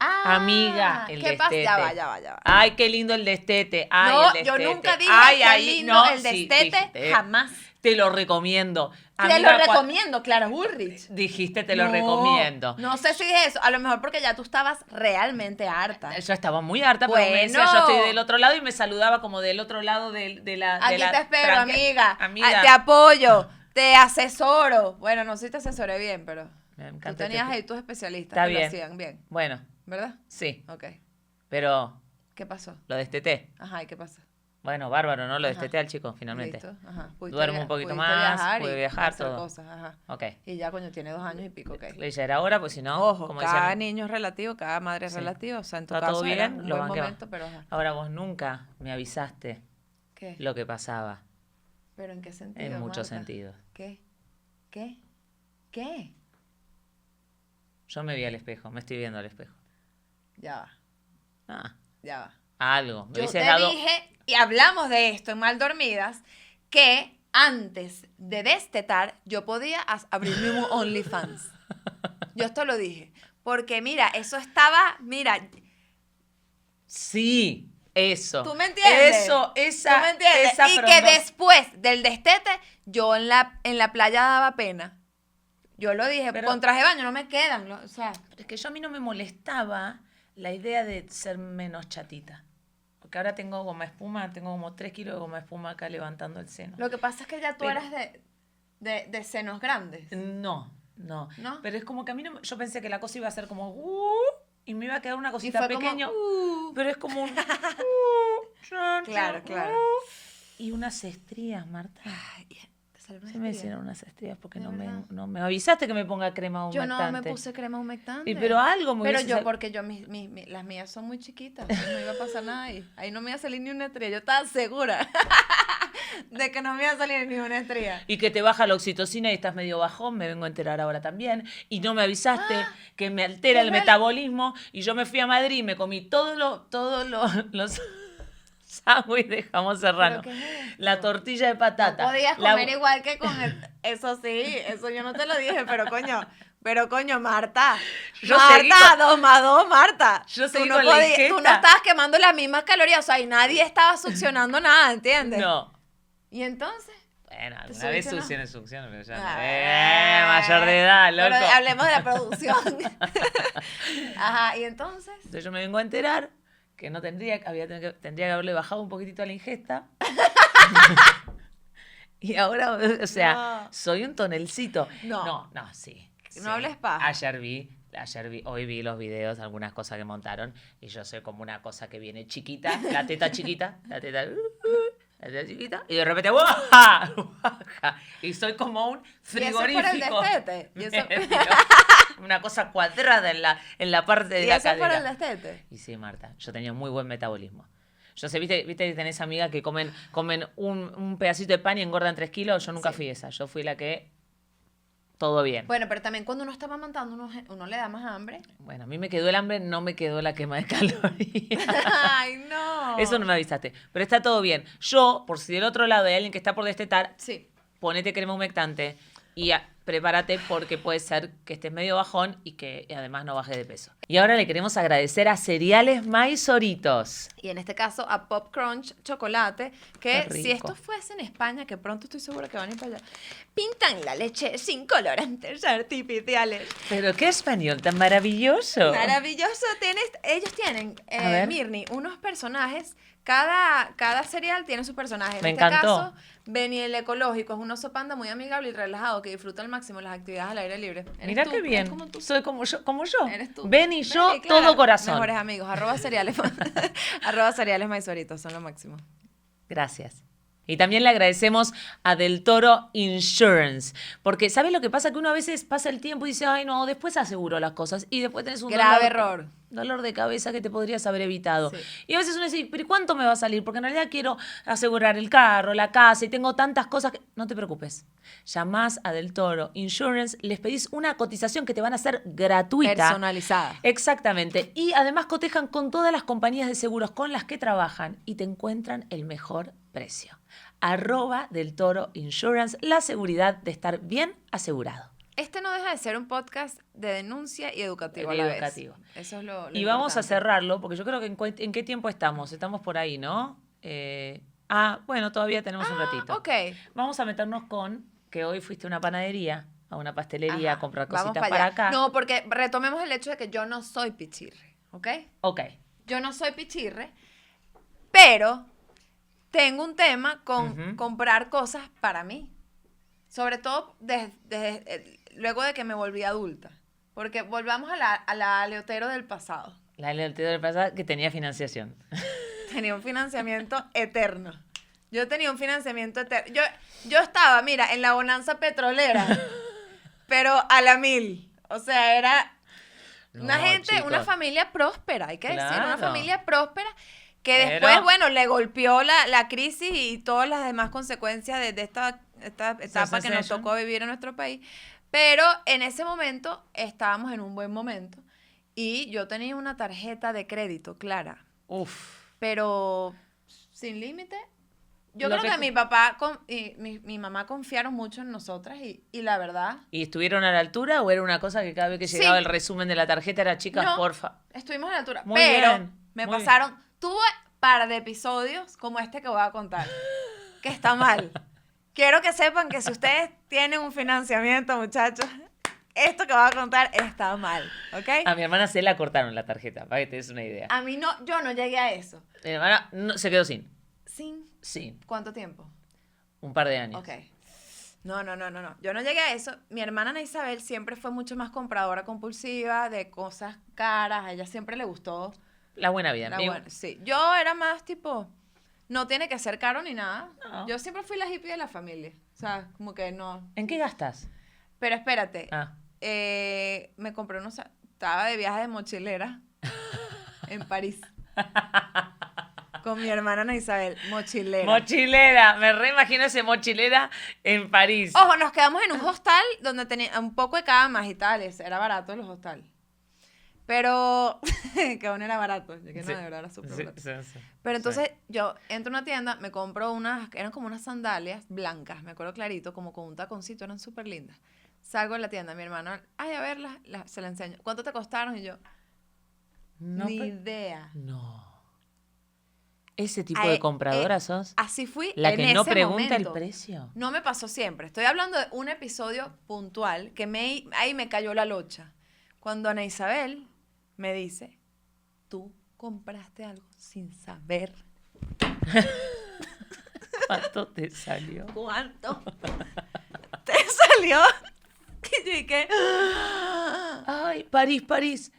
Speaker 2: Ah,
Speaker 1: Amiga, el
Speaker 2: ¿qué pasa?
Speaker 1: destete.
Speaker 2: Ya va, ya va, ya va.
Speaker 1: Ay, qué lindo el destete. Ay,
Speaker 2: no,
Speaker 1: el
Speaker 2: yo
Speaker 1: destete.
Speaker 2: nunca dije
Speaker 1: Ay,
Speaker 2: que
Speaker 1: ahí-
Speaker 2: lindo
Speaker 1: no,
Speaker 2: el
Speaker 1: sí,
Speaker 2: destete,
Speaker 1: dijiste. eh,
Speaker 2: jamás.
Speaker 1: Te lo recomiendo.
Speaker 2: te
Speaker 1: Amiga,
Speaker 2: lo
Speaker 1: cua-
Speaker 2: recomiendo, Clara Burrich.
Speaker 1: Dijiste, te lo
Speaker 2: No,
Speaker 1: recomiendo.
Speaker 2: No sé si dije eso, a lo mejor porque ya tú estabas realmente harta.
Speaker 1: Yo estaba muy harta, pero me decía,
Speaker 2: Bueno.
Speaker 1: yo estoy del otro lado y me saludaba como del otro lado de, de la. de
Speaker 2: Aquí
Speaker 1: la
Speaker 2: te espero,
Speaker 1: tranque-
Speaker 2: amiga.
Speaker 1: Amiga.
Speaker 2: Ah, Te apoyo, te asesoro. Bueno, no sé si te asesoré bien, pero
Speaker 1: Me encanta
Speaker 2: tú
Speaker 1: este
Speaker 2: tenías
Speaker 1: tipo.
Speaker 2: ahí tus especialistas
Speaker 1: Está
Speaker 2: que
Speaker 1: bien.
Speaker 2: lo hacían bien,
Speaker 1: Bueno,
Speaker 2: ¿verdad?
Speaker 1: sí,
Speaker 2: Ok,
Speaker 1: pero
Speaker 2: ¿qué pasó?
Speaker 1: lo desteté.
Speaker 2: Ajá, ¿y qué pasó?
Speaker 1: Bueno, bárbaro, ¿no? Lo
Speaker 2: Ajá.
Speaker 1: desteté al chico, finalmente.
Speaker 2: Listo, ajá. Pudiste
Speaker 1: Duermo un
Speaker 2: via-
Speaker 1: poquito
Speaker 2: pudiste
Speaker 1: más,
Speaker 2: viajar
Speaker 1: pude
Speaker 2: y
Speaker 1: viajar,
Speaker 2: hacer
Speaker 1: todo.
Speaker 2: cosas, ajá.
Speaker 1: Ok.
Speaker 2: Y ya, coño, tiene dos años y pico, ok.
Speaker 1: Ella era ahora, pues si no,
Speaker 2: Ah, Ojo,
Speaker 1: como
Speaker 2: cada
Speaker 1: decían,
Speaker 2: niño es relativo, cada madre es
Speaker 1: Sí.
Speaker 2: relativa. O sea, en tu
Speaker 1: Está
Speaker 2: caso
Speaker 1: todo
Speaker 2: era
Speaker 1: bien,
Speaker 2: un
Speaker 1: lo
Speaker 2: buen
Speaker 1: banqueo.
Speaker 2: momento, pero ajá.
Speaker 1: ahora vos nunca me avisaste
Speaker 2: ¿Qué?
Speaker 1: lo que pasaba
Speaker 2: ¿Pero en qué sentido?
Speaker 1: en muchos
Speaker 2: Marta?
Speaker 1: sentidos.
Speaker 2: ¿Qué? ¿Qué? ¿Qué?
Speaker 1: Yo me vi al espejo, me estoy viendo al espejo.
Speaker 2: Ya va,
Speaker 1: Ah,
Speaker 2: ya va.
Speaker 1: algo. Me
Speaker 2: Yo te
Speaker 1: hubieses dado.
Speaker 2: dije, y hablamos de esto en Mal Dormidas, que antes de destetar yo podía as-
Speaker 1: [laughs]
Speaker 2: abrirme un OnlyFans. Yo esto lo dije. Porque mira, eso estaba, mira,
Speaker 1: Sí, eso.
Speaker 2: ¿Tú me entiendes?
Speaker 1: Eso, esa.
Speaker 2: ¿Tú me entiendes?
Speaker 1: esa
Speaker 2: y que
Speaker 1: frondosa-
Speaker 2: después del destete, yo en la, en la playa daba pena. Yo lo dije,
Speaker 1: Pero-
Speaker 2: con traje de baño no me quedan. lo- o sea,
Speaker 1: Pero es que yo a mí no me molestaba la idea de ser menos chatita. Porque ahora tengo goma espuma, tengo como 3 kilos de goma espuma acá levantando el seno.
Speaker 2: lo que pasa es que ya tú
Speaker 1: Pero-
Speaker 2: eras de, de, de senos grandes.
Speaker 1: No, no,
Speaker 2: ¿No?
Speaker 1: Pero es como que a mí no, me- yo pensé que la cosa iba a ser como "Uh", y me iba a quedar una cosita
Speaker 2: fue como,
Speaker 1: pequeña.
Speaker 2: "Uh".
Speaker 1: pero es como
Speaker 2: [laughs]
Speaker 1: un, "Uh", chan,
Speaker 2: Claro,
Speaker 1: chan,
Speaker 2: claro.
Speaker 1: "Uh". Y unas estrías, Marta.
Speaker 2: Ay, te salió una
Speaker 1: Se me
Speaker 2: estría.
Speaker 1: hicieron unas estrías porque
Speaker 2: Ah, ¿De
Speaker 1: no me,
Speaker 2: verdad?
Speaker 1: no me avisaste que me ponga crema
Speaker 2: Yo
Speaker 1: humectante.
Speaker 2: no me puse crema humectante.
Speaker 1: Y pero algo me
Speaker 2: Pero ah,
Speaker 1: hubiese
Speaker 2: yo,
Speaker 1: sal-
Speaker 2: porque yo, mis, mis- mis- las mías son muy chiquitas, no iba a pasar nada ahí. Ahí no me iba a salir ni una estrella, yo estaba segura. [laughs] de que no me va a salir ninguna estría.
Speaker 1: Y que te baja la oxitocina y estás medio bajón, me vengo a enterar ahora también. Y no me avisaste
Speaker 2: Ah,
Speaker 1: que me altera
Speaker 2: qué
Speaker 1: el
Speaker 2: mal.
Speaker 1: metabolismo. Y yo me fui a Madrid y me comí todos los, todos los, [laughs] los sándwiches de jamón serrano.
Speaker 2: ¿Pero qué es
Speaker 1: La
Speaker 2: esto?
Speaker 1: tortilla de
Speaker 2: No
Speaker 1: patata.
Speaker 2: podías
Speaker 1: la-
Speaker 2: comer igual que con el- Eso sí, eso yo no te lo dije, pero coño, pero coño, Marta.
Speaker 1: Yo seguí
Speaker 2: Marta,
Speaker 1: con-
Speaker 2: dos más dos, Marta.
Speaker 1: Yo seguí
Speaker 2: tú no,
Speaker 1: con la
Speaker 2: podías- tú no
Speaker 1: ingesta.
Speaker 2: estabas quemando las mismas calorías, o sea, y nadie estaba succionando nada, ¿entiendes?
Speaker 1: No.
Speaker 2: Y entonces...
Speaker 1: Bueno, alguna
Speaker 2: subiste,
Speaker 1: vez
Speaker 2: no?
Speaker 1: succiones, succiones, pero ya no.
Speaker 2: Ah.
Speaker 1: ¡Eh! Mayor de edad, loco.
Speaker 2: Pero hablemos de la producción. [laughs] Ajá, y entonces...
Speaker 1: Entonces yo me vengo a enterar que no tendría, había tenido que, tendría que haberle bajado un poquitito a la ingesta. [laughs] y ahora, o sea,
Speaker 2: No.
Speaker 1: soy un tonelcito.
Speaker 2: No.
Speaker 1: no, no, sí.
Speaker 2: No
Speaker 1: sí.
Speaker 2: hables paja.
Speaker 1: Ayer vi, ayer vi, hoy vi los videos, algunas cosas que montaron, y yo soy como una cosa que viene chiquita, la teta chiquita, la teta, [laughs] la teta chiquita, y de repente, ¡guaja! ¡guaja! Y soy como un
Speaker 2: Y eso por el
Speaker 1: frigorífico.
Speaker 2: destete, y eso- [laughs]
Speaker 1: una cosa cuadrada en la, en la parte [laughs] de
Speaker 2: [laughs] y
Speaker 1: la
Speaker 2: eso
Speaker 1: cadera.
Speaker 2: por el destete.
Speaker 1: Y sí, Marta, yo tenía muy buen metabolismo. Yo sé, viste, viste que tenés amigas que comen, comen un, un pedacito de pan y engordan tres kilos. Yo nunca fui esa. Yo fui la que todo bien. Bueno,
Speaker 2: Bueno, pero también cuando uno está mamantando, uno, uno le da más hambre.
Speaker 1: a mí me quedó el hambre, no me quedó la quema de calorías.
Speaker 2: [laughs]
Speaker 1: [laughs]
Speaker 2: Ay, no.
Speaker 1: Eso no me avisaste. Pero está todo bien. Yo, por si del otro lado hay alguien que está por destetar,
Speaker 2: Sí.
Speaker 1: ponete crema humectante y a- prepárate porque puede ser que estés medio bajón y que además no baje de peso. Y ahora le queremos agradecer a Cereales Maíz Oritos.
Speaker 2: Y en este caso a Pop Crunch Chocolate, que
Speaker 1: Qué
Speaker 2: si
Speaker 1: rico.
Speaker 2: esto fuese en España, que pronto estoy segura que van a ir para allá, pintan la leche sin colorantes artificiales.
Speaker 1: Pero qué español tan maravilloso.
Speaker 2: Maravilloso. Tienes, ellos tienen,
Speaker 1: A
Speaker 2: eh,
Speaker 1: ver.
Speaker 2: Mirni, unos personajes. Cada, cada cereal tiene su personaje. En
Speaker 1: Me
Speaker 2: este
Speaker 1: encantó.
Speaker 2: caso, Benny el ecológico es un oso panda muy amigable y relajado que disfruta al máximo las actividades al aire libre. Eres
Speaker 1: Mira
Speaker 2: tú,
Speaker 1: qué
Speaker 2: eres
Speaker 1: bien.
Speaker 2: como tú.
Speaker 1: Soy como yo, como yo.
Speaker 2: Eres tú.
Speaker 1: Ven y yo
Speaker 2: Benny, claro.
Speaker 1: todo corazón.
Speaker 2: Mejores amigos. Arroba cereales. [laughs] arroba cereales maizoritos. Son lo máximo.
Speaker 1: Gracias. Y también le agradecemos a Del Toro Insurance, porque ¿sabes lo que pasa? Que uno a veces pasa el tiempo y dice, ay no, después aseguro las cosas y después tenés un dolor,
Speaker 2: Grave error.
Speaker 1: dolor de cabeza que te podrías haber evitado.
Speaker 2: Sí.
Speaker 1: Y a veces uno dice, pero ¿y ¿cuánto me va a salir? Porque en realidad quiero asegurar el carro, la casa y tengo tantas cosas que... No te preocupes, llamás a Del Toro Insurance, les pedís una cotización que te van a hacer gratuita.
Speaker 2: Personalizada.
Speaker 1: Exactamente. Y además cotejan con todas las compañías de seguros con las que trabajan y te encuentran el mejor precio. Arroba del Toro Insurance, la seguridad de estar bien asegurado.
Speaker 2: Este no deja de ser un podcast de denuncia y educativo.
Speaker 1: Y
Speaker 2: a la vez.
Speaker 1: educativo.
Speaker 2: Eso es lo, lo
Speaker 1: Y vamos a
Speaker 2: importante.
Speaker 1: cerrarlo, porque yo creo que en, cuen- en qué tiempo estamos. Estamos por ahí, ¿no? Eh, ah, bueno, todavía tenemos un ratito.
Speaker 2: Ah, Ok.
Speaker 1: Vamos a meternos con que hoy fuiste a una panadería, a una pastelería,
Speaker 2: Ajá,
Speaker 1: a comprar
Speaker 2: vamos
Speaker 1: cositas
Speaker 2: pa'
Speaker 1: para,
Speaker 2: allá.
Speaker 1: acá.
Speaker 2: No, porque retomemos el hecho de que yo no soy pichirre, ¿ok?
Speaker 1: Ok.
Speaker 2: Yo no soy pichirre, pero tengo un tema con
Speaker 1: Ujú.
Speaker 2: comprar cosas para mí. Sobre todo des- desde, eh, luego de que me volví adulta. Porque volvamos a la, a la Leotero del pasado.
Speaker 1: La lealtad del pasado que tenía financiación.
Speaker 2: Tenía un financiamiento eterno. Yo tenía un financiamiento eterno. Yo, yo estaba, mira, en la
Speaker 1: [laughs]
Speaker 2: bonanza petrolera, pero a la mil. O sea, era una
Speaker 1: No,
Speaker 2: gente, una
Speaker 1: chicos.
Speaker 2: familia próspera, hay que decir, una
Speaker 1: Claro.
Speaker 2: familia próspera que
Speaker 1: Pero-
Speaker 2: después, bueno, le golpeó la, la crisis y todas las demás consecuencias de, de esta, esta etapa que nos
Speaker 1: Recession.
Speaker 2: tocó vivir en nuestro país. Pero en ese momento estábamos en un buen momento y yo tenía una tarjeta de crédito, Clara
Speaker 1: Uf.
Speaker 2: pero sin límite. Yo
Speaker 1: Lo
Speaker 2: creo que,
Speaker 1: que tú-
Speaker 2: mi papá con- y mi, mi mamá confiaron mucho en nosotras y, y la verdad,
Speaker 1: ¿Y estuvieron a la altura o era una cosa que cada vez que
Speaker 2: Sí.
Speaker 1: llegaba el resumen de la tarjeta era chicas,
Speaker 2: No.
Speaker 1: porfa?
Speaker 2: estuvimos a la altura.
Speaker 1: Muy
Speaker 2: pero
Speaker 1: bien,
Speaker 2: me
Speaker 1: muy
Speaker 2: pasaron, tuve par de episodios como este que voy a contar, que está
Speaker 1: [laughs]
Speaker 2: mal. Quiero que sepan que si ustedes tienen un financiamiento, muchachos, esto que voy a contar está mal, ¿ok?
Speaker 1: A mi hermana se la cortaron la tarjeta, para que te des una idea.
Speaker 2: A mí no, yo no llegué a eso.
Speaker 1: Mi hermana no- se quedó sin.
Speaker 2: ¿Sin
Speaker 1: Sin.
Speaker 2: cuánto tiempo?
Speaker 1: Un par de años.
Speaker 2: Ok. No, no, no, no, no. Yo no llegué a eso. Mi hermana Ana Isabel siempre fue mucho más compradora compulsiva de cosas caras. A ella siempre le gustó.
Speaker 1: La buena vida.
Speaker 2: la
Speaker 1: Mi-
Speaker 2: buena- Sí. Yo era más tipo, no tiene que ser caro ni nada.
Speaker 1: No.
Speaker 2: Yo siempre fui la hippie de la familia. O sea, como que no.
Speaker 1: ¿En qué gastas?
Speaker 2: Pero espérate.
Speaker 1: Ah,
Speaker 2: Eh, me compré unos.
Speaker 1: [laughs]
Speaker 2: Estaba de viaje de mochilera en París. Con mi hermana Ana Isabel, mochilera.
Speaker 1: Mochilera, me reimagino ese mochilera en París.
Speaker 2: Ojo, nos quedamos en un hostal donde tenía un poco de camas y tales. Era barato los hostales. Pero [laughs] que aún era barato. Yo que no,
Speaker 1: Sí.
Speaker 2: de verdad era súper
Speaker 1: Sí,
Speaker 2: barato.
Speaker 1: sí, sí. Sí.
Speaker 2: Pero entonces yo entro a una tienda, me compro unas, eran como unas sandalias blancas, me acuerdo clarito, como con un taconcito, eran súper lindas. Salgo de la tienda, mi hermano, ay, a verlas, las- se la enseño. ¿Cuánto te costaron? Y yo,
Speaker 1: No, pues
Speaker 2: ni
Speaker 1: pe-
Speaker 2: idea.
Speaker 1: no. Ese tipo
Speaker 2: Ah, eh,
Speaker 1: de compradora
Speaker 2: eh,
Speaker 1: sos.
Speaker 2: Así fui
Speaker 1: La
Speaker 2: en
Speaker 1: que no
Speaker 2: ese
Speaker 1: pregunta el
Speaker 2: momento.
Speaker 1: precio.
Speaker 2: No me pasó siempre. Estoy hablando de un episodio puntual que me, ahí me cayó la locha. Cuando Ana Isabel me dice, tú compraste algo sin saber
Speaker 1: ¿Cuánto te salió?
Speaker 2: cuánto [laughs] te salió. [laughs] Y yo dije, "Ah".
Speaker 1: Ay, París, París,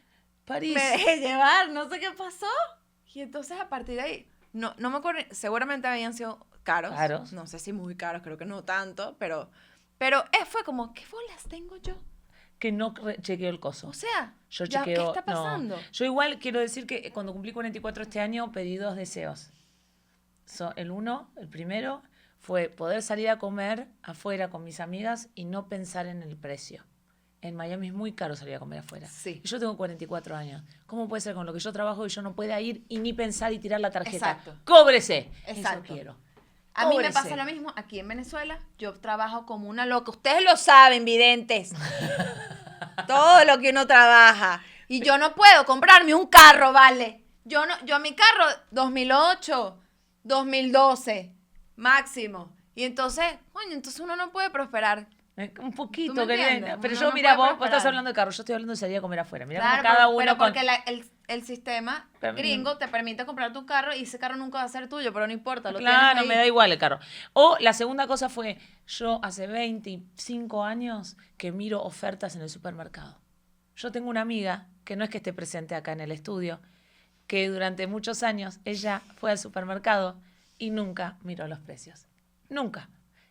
Speaker 1: París.
Speaker 2: me dejé llevar, no sé qué pasó. Y entonces a partir de ahí, no, no me acuerdo, seguramente habían sido caros.
Speaker 1: Caros.
Speaker 2: No sé si muy caros, creo que no tanto, pero, pero eh, fue como, ¿qué bolas tengo yo?
Speaker 1: Que no re- chequeó el coso.
Speaker 2: O sea,
Speaker 1: Yo
Speaker 2: ya,
Speaker 1: chequeo.
Speaker 2: ¿qué está
Speaker 1: no.
Speaker 2: pasando?
Speaker 1: Yo igual quiero decir que eh, cuando cumplí 44 este año pedí dos deseos. So, el uno, el primero, fue poder salir a comer afuera con mis amigas y no pensar en el precio. En Miami es muy caro salir a comer afuera.
Speaker 2: Sí.
Speaker 1: Y Yo tengo 44 años. ¿Cómo puede ser con lo que yo trabajo y yo no pueda ir y ni pensar y tirar la tarjeta?
Speaker 2: Exacto.
Speaker 1: ¡Cóbrese!
Speaker 2: Exacto.
Speaker 1: Eso quiero.
Speaker 2: A mí me
Speaker 1: Pobre
Speaker 2: pasa
Speaker 1: ser.
Speaker 2: lo mismo aquí en Venezuela. Yo trabajo como una loca. Ustedes lo saben,
Speaker 1: [laughs]
Speaker 2: videntes. Todo lo que uno trabaja. Y yo no puedo comprarme un carro, vale. Yo no, yo mi carro 2008, 2012 máximo. Y entonces, coño, entonces uno no puede prosperar.
Speaker 1: Eh, Un
Speaker 2: ¿Tú
Speaker 1: poquito,
Speaker 2: me
Speaker 1: querida.
Speaker 2: entiendes?
Speaker 1: Pero
Speaker 2: Uno
Speaker 1: yo,
Speaker 2: no
Speaker 1: mira, vos,
Speaker 2: puede
Speaker 1: vos
Speaker 2: prosperar.
Speaker 1: estás hablando de carro. Yo estoy hablando de salir a comer afuera. Mira,
Speaker 2: Claro,
Speaker 1: cada
Speaker 2: pero-
Speaker 1: uno
Speaker 2: pero
Speaker 1: con-
Speaker 2: porque la- el, el sistema
Speaker 1: Pero-
Speaker 2: gringo te permite comprarte un carro y ese carro nunca va a ser tuyo, pero no importa. Lo
Speaker 1: Claro,
Speaker 2: tienes
Speaker 1: me
Speaker 2: ahí.
Speaker 1: da igual el carro. O la segunda cosa fue, yo hace 25 años que miro ofertas en el supermercado. Yo tengo una amiga, que no es que esté presente acá en el estudio, que durante muchos años ella fue al supermercado y nunca miró los precios. Nunca.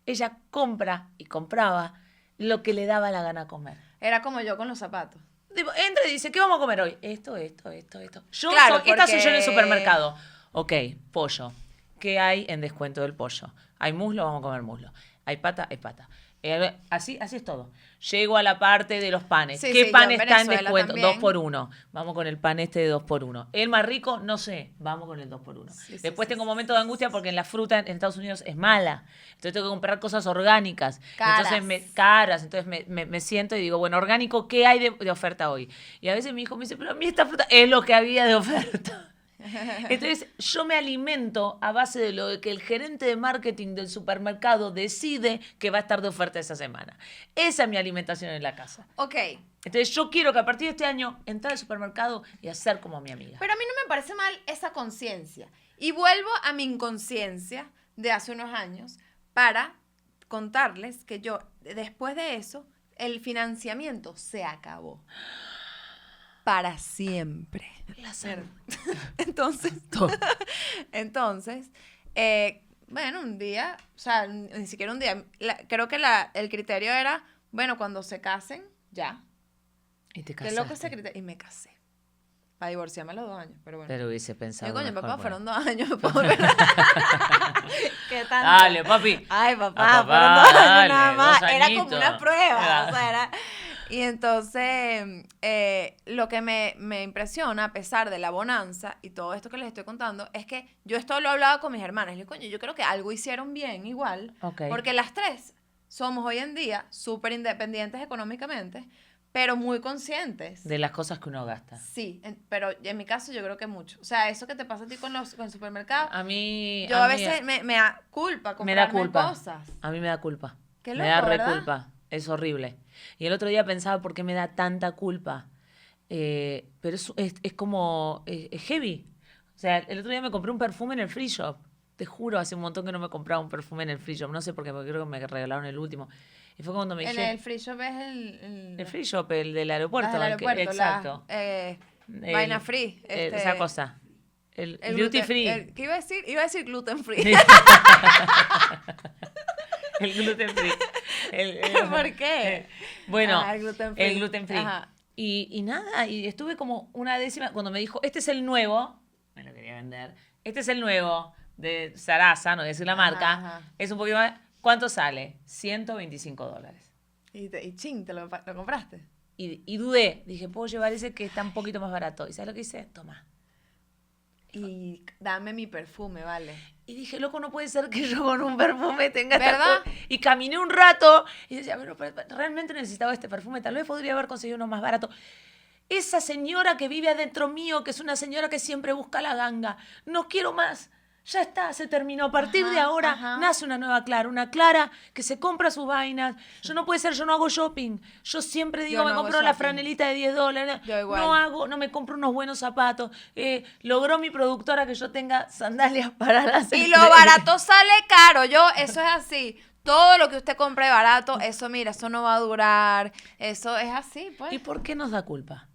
Speaker 1: Ella compra y compraba lo que le daba la gana comer.
Speaker 2: Era como yo con los zapatos.
Speaker 1: Tipo, entra y dice, ¿qué vamos a comer hoy? Esto, esto, esto, esto. Yo
Speaker 2: Claro,
Speaker 1: soy- esta soy yo en el
Speaker 2: porque-
Speaker 1: supermercado. Ok, pollo. ¿Qué hay en descuento del pollo? Hay muslo, vamos a comer muslo. Hay pata, hay pata. Eh, así, así es todo. Llego a la parte de los panes.
Speaker 2: Sí,
Speaker 1: ¿Qué
Speaker 2: sí,
Speaker 1: pan
Speaker 2: yo en
Speaker 1: está en
Speaker 2: Venezuela
Speaker 1: descuento?
Speaker 2: también.
Speaker 1: Dos por uno. Vamos con el pan este de dos por uno. El más rico, no sé. Vamos con el dos por uno.
Speaker 2: Sí, sí,
Speaker 1: Después
Speaker 2: sí,
Speaker 1: tengo
Speaker 2: sí,
Speaker 1: un momento de angustia porque en la fruta en Estados Unidos es mala. Entonces tengo que comprar cosas orgánicas.
Speaker 2: Caras.
Speaker 1: Entonces me, caras. Entonces me, me- me siento y digo, bueno, orgánico, ¿qué hay de, de oferta hoy? Y a veces mi hijo me dice, pero a mí esta fruta es lo que había de oferta. Entonces yo me alimento a base de lo que el gerente de marketing del supermercado decide que va a estar de oferta esa semana. Esa es mi alimentación en la casa.
Speaker 2: Ok,
Speaker 1: Entonces yo quiero que a partir de este año entrar al supermercado y hacer como mi amiga.
Speaker 2: Pero a mí no me parece mal esa conciencia. Y vuelvo a mi inconsciencia de hace unos años para contarles que yo, después de eso, el financiamiento se acabó. Para siempre. Entonces, entonces, eh, bueno, un día, o sea, ni siquiera un día, la- creo que la- el criterio era, bueno, cuando se casen, ya.
Speaker 1: Y te
Speaker 2: Qué loco ese
Speaker 1: casaste.
Speaker 2: criterio. Y me casé. Para divorciarme a los dos años, pero bueno.
Speaker 1: Pero hubiese pensado.
Speaker 2: Yo coño,
Speaker 1: mejor,
Speaker 2: papá,
Speaker 1: bueno.
Speaker 2: fueron dos
Speaker 1: [laughs]
Speaker 2: años. pobre. ¿Qué tanto?
Speaker 1: Dale, papi.
Speaker 2: Ay, papá,
Speaker 1: Ah, papá,
Speaker 2: fueron dos años
Speaker 1: dale,
Speaker 2: nada más.
Speaker 1: dos
Speaker 2: Era como
Speaker 1: añitos. Ah.
Speaker 2: una prueba.
Speaker 1: Era-
Speaker 2: o sea,
Speaker 1: [laughs]
Speaker 2: era- Y entonces, eh, lo que me, me impresiona, a pesar de la bonanza y todo esto que les estoy contando, es que yo esto lo he hablado con mis hermanas. Yo, coño, yo creo que algo hicieron bien igual.
Speaker 1: Ok.
Speaker 2: Porque las tres somos hoy en día súper independientes económicamente, pero muy conscientes.
Speaker 1: De las cosas que uno gasta.
Speaker 2: Sí, en- pero en mi caso yo creo que mucho. O sea, eso que te pasa a ti con los con el supermercado,
Speaker 1: A mí.
Speaker 2: Ah, yo a
Speaker 1: mí-
Speaker 2: veces me, me da culpa
Speaker 1: me da
Speaker 2: comprarme
Speaker 1: culpa.
Speaker 2: cosas.
Speaker 1: A mí me da culpa.
Speaker 2: Qué
Speaker 1: me da
Speaker 2: loco,
Speaker 1: re
Speaker 2: ¿verdad?
Speaker 1: culpa. Es horrible. Y el otro día pensaba por qué me da tanta culpa. Eh, pero es, es- es como. Es, es heavy. O sea, el otro día me compré un perfume en el free shop. Te juro, hace un montón que no me compraba un perfume en el free shop. No sé por qué, porque creo que me regalaron el último. Y fue cuando me
Speaker 2: En
Speaker 1: dije.
Speaker 2: el free shop es el... El,
Speaker 1: El free shop, el del aeropuerto.
Speaker 2: las del
Speaker 1: el que-
Speaker 2: aeropuerto, las,
Speaker 1: exacto.
Speaker 2: eh,
Speaker 1: El-
Speaker 2: vaina free.
Speaker 1: el-
Speaker 2: este,
Speaker 1: Eh, esa cosa. El,
Speaker 2: el
Speaker 1: duty
Speaker 2: gluten-
Speaker 1: free.
Speaker 2: el- ¿Qué iba a decir? Iba a decir gluten
Speaker 1: [laughs]
Speaker 2: free. [laughs]
Speaker 1: El gluten free. El- el-
Speaker 2: ¿Por qué?
Speaker 1: [laughs] Bueno,
Speaker 2: Ah,
Speaker 1: el
Speaker 2: el gluten
Speaker 1: gluten
Speaker 2: free.
Speaker 1: free.
Speaker 2: Ajá.
Speaker 1: Y, y nada, y estuve como una décima, cuando me dijo, este es el nuevo, me lo quería vender. Este es el nuevo de Sarasa, no voy a decir la marca.
Speaker 2: Ajá, ajá.
Speaker 1: Es un poquito más. ¿Cuánto sale? 125 dólares.
Speaker 2: Y, te- y ching, te lo, pa- lo compraste.
Speaker 1: Y, y dudé, dije, puedo llevar ese que está un poquito más barato. ¿Y sabes lo que hice? Toma.
Speaker 2: Y dame mi perfume, vale.
Speaker 1: Y dije, loco, no puede ser que yo con un perfume tenga esta
Speaker 2: ¿Verdad?
Speaker 1: co-". Y caminé un rato y decía, pero, pero, pero, realmente necesitaba este perfume, tal vez podría haber conseguido uno más barato. Esa señora que vive adentro mío, que es una señora que siempre busca la ganga, no quiero más. Ya está, se terminó. A partir de
Speaker 2: Ajá,
Speaker 1: ahora
Speaker 2: ajá.
Speaker 1: nace una nueva Clara, una Clara que se compra sus vainas. Yo no puede ser, yo no hago shopping. Yo siempre digo,
Speaker 2: Yo
Speaker 1: me
Speaker 2: no hago
Speaker 1: compro la
Speaker 2: shopping.
Speaker 1: franelita de 10 dólares.
Speaker 2: Yo igual.
Speaker 1: No hago, no me compro unos buenos zapatos. Eh, logró mi productora que yo tenga sandalias para
Speaker 2: [laughs]
Speaker 1: las [laughs]
Speaker 2: Y lo barato sale caro, yo, eso es así. Todo lo que usted compre barato, eso mira, eso no va a durar, eso es así, pues.
Speaker 1: ¿Y por qué nos da culpa?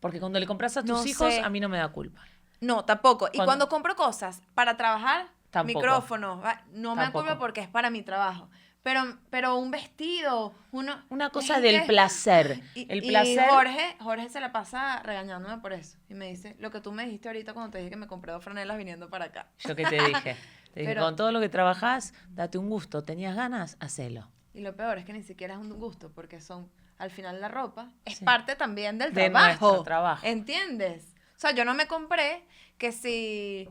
Speaker 1: Porque cuando le compras a tus
Speaker 2: No
Speaker 1: hijos,
Speaker 2: sé.
Speaker 1: a mí no me da culpa.
Speaker 2: No, tampoco. Y
Speaker 1: Cuando-
Speaker 2: cuando compro cosas para trabajar,
Speaker 1: Tampoco.
Speaker 2: micrófonos, va- no me
Speaker 1: Tampoco.
Speaker 2: acuerdo porque es para mi trabajo. Pero, pero un vestido, uno,
Speaker 1: Una
Speaker 2: es
Speaker 1: cosa
Speaker 2: que-
Speaker 1: del placer.
Speaker 2: [laughs] Y,
Speaker 1: el
Speaker 2: y
Speaker 1: placer.
Speaker 2: Jorge, Jorge se la pasa regañándome por eso. Y me dice, lo que tú me dijiste ahorita cuando te dije que me compré dos franelas viniendo para acá.
Speaker 1: Yo que te dije. Te dije,
Speaker 2: Pero-
Speaker 1: con todo lo que trabajás, date un gusto. ¿Tenías ganas? Hacelo.
Speaker 2: Y lo peor es que ni siquiera es un gusto, porque son, al final la ropa es
Speaker 1: Sí.
Speaker 2: parte también del
Speaker 1: De
Speaker 2: trabajo.
Speaker 1: nuestro trabajo.
Speaker 2: ¿Entiendes? O sea, yo no me compré que si,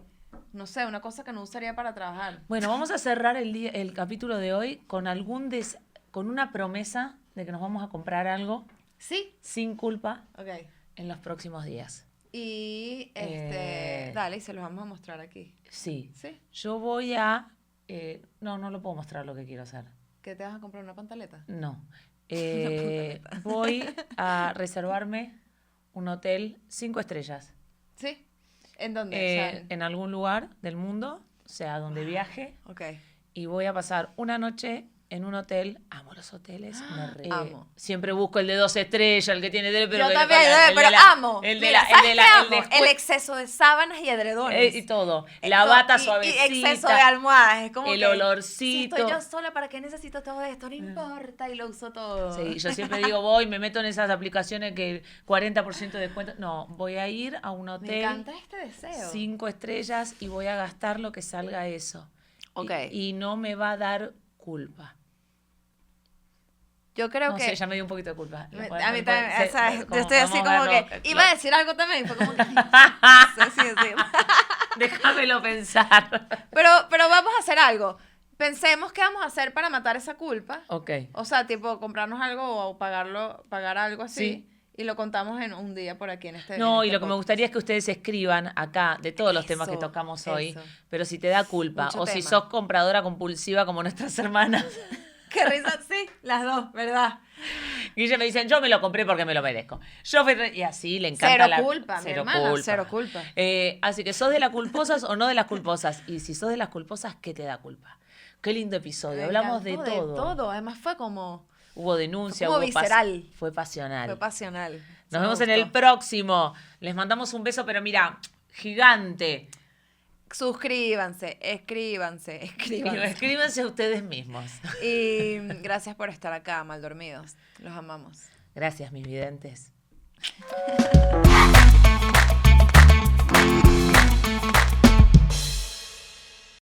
Speaker 2: no sé, una cosa que no usaría para trabajar.
Speaker 1: Bueno, vamos a cerrar el, día- el capítulo de hoy con algún des- con una promesa de que nos vamos a comprar algo
Speaker 2: Sí,
Speaker 1: sin culpa
Speaker 2: ok.
Speaker 1: en los próximos días.
Speaker 2: Y este,
Speaker 1: Eh.
Speaker 2: dale, y se los vamos a mostrar aquí.
Speaker 1: Sí.
Speaker 2: ¿Sí?
Speaker 1: Yo voy a... eh, no, no lo puedo mostrar lo que quiero hacer.
Speaker 2: ¿Que te vas a comprar una pantaleta? [laughs]
Speaker 1: No. Eh, voy a reservarme un hotel cinco estrellas
Speaker 2: ¿Sí? ¿En dónde?
Speaker 1: eh,
Speaker 2: O sea,
Speaker 1: en algún lugar del mundo, o sea,
Speaker 2: Ah.
Speaker 1: donde viaje,
Speaker 2: Ok.
Speaker 1: y voy a pasar una noche en un hotel. Amo los hoteles. me re-
Speaker 2: [gasps] Amo.
Speaker 1: Siempre busco el de dos estrellas, el que tiene tres, pero
Speaker 2: yo
Speaker 1: que le
Speaker 2: también,
Speaker 1: falta,
Speaker 2: yo-
Speaker 1: el de
Speaker 2: pero
Speaker 1: la-
Speaker 2: amo.
Speaker 1: El de
Speaker 2: Mira,
Speaker 1: la, el
Speaker 2: ¿sabes
Speaker 1: de
Speaker 2: qué
Speaker 1: la- el
Speaker 2: amo?
Speaker 1: de-
Speaker 2: El exceso de sábanas y edredones.
Speaker 1: eh, y todo.
Speaker 2: Eh,
Speaker 1: La
Speaker 2: todo.
Speaker 1: bata
Speaker 2: Y-
Speaker 1: suavecita.
Speaker 2: Y exceso de almohadas. Es como
Speaker 1: el
Speaker 2: que,
Speaker 1: olorcito.
Speaker 2: Si estoy yo sola, ¿para qué necesito todo esto? No importa. Y lo uso todo.
Speaker 1: Mm. Sí,
Speaker 2: [laughs]
Speaker 1: yo siempre digo, voy, me meto en esas aplicaciones que 40% de descuento. No, voy a ir a un hotel.
Speaker 2: Me encanta este deseo.
Speaker 1: cinco estrellas y voy a gastar lo que salga eso.
Speaker 2: Ok.
Speaker 1: Y, y no me va a dar culpa.
Speaker 2: Yo creo
Speaker 1: no
Speaker 2: que...
Speaker 1: sé, ya me dio un poquito de culpa.
Speaker 2: Me-
Speaker 1: Bueno,
Speaker 2: a mí
Speaker 1: me-
Speaker 2: también,
Speaker 1: se-
Speaker 2: o sea,
Speaker 1: como,
Speaker 2: yo estoy así
Speaker 1: vamos
Speaker 2: como
Speaker 1: a
Speaker 2: que
Speaker 1: verlo,
Speaker 2: iba
Speaker 1: [laughs]
Speaker 2: a
Speaker 1: claro.
Speaker 2: decir algo también, fue como que así, así.
Speaker 1: Déjamelo pensar.
Speaker 2: Pero, pero vamos a hacer algo. Pensemos qué vamos a hacer para matar esa culpa.
Speaker 1: Ok.
Speaker 2: O sea, tipo comprarnos algo o pagarlo, pagar algo así.
Speaker 1: Sí.
Speaker 2: Y lo contamos en un día por aquí en este.
Speaker 1: No,
Speaker 2: en
Speaker 1: y
Speaker 2: este
Speaker 1: lo que me
Speaker 2: podcast.
Speaker 1: gustaría es que ustedes escriban acá de todos los temas que
Speaker 2: Eso,
Speaker 1: tocamos hoy,
Speaker 2: eso.
Speaker 1: pero si te da culpa
Speaker 2: Mucho
Speaker 1: o si
Speaker 2: tema.
Speaker 1: sos compradora compulsiva como nuestras hermanas.
Speaker 2: Qué risa, sí, las dos, ¿verdad?
Speaker 1: Y ellas me dicen, yo me lo compré porque me lo merezco. Yo fui re- y así le encanta
Speaker 2: Cero
Speaker 1: la
Speaker 2: culpa, mi hermana, cero culpa.
Speaker 1: Eh, así que sos de las culposas o no de las culposas. Y si sos de las culposas, ¿qué te da culpa? Qué lindo episodio.
Speaker 2: Me
Speaker 1: Hablamos de
Speaker 2: encantó,
Speaker 1: todo.
Speaker 2: todo. Además fue como.
Speaker 1: Hubo denuncia,
Speaker 2: Fue como
Speaker 1: hubo pas-
Speaker 2: visceral.
Speaker 1: Fue pasional.
Speaker 2: Fue pasional. Sí,
Speaker 1: Nos
Speaker 2: me
Speaker 1: vemos en el
Speaker 2: gustó.
Speaker 1: próximo. Les mandamos un beso, pero mira, gigante.
Speaker 2: Suscríbanse, escríbanse, [laughs] escríbanse.
Speaker 1: Escríbanse a ustedes mismos.
Speaker 2: Y gracias por estar acá, mal dormidos. Los amamos.
Speaker 1: Gracias, mis videntes.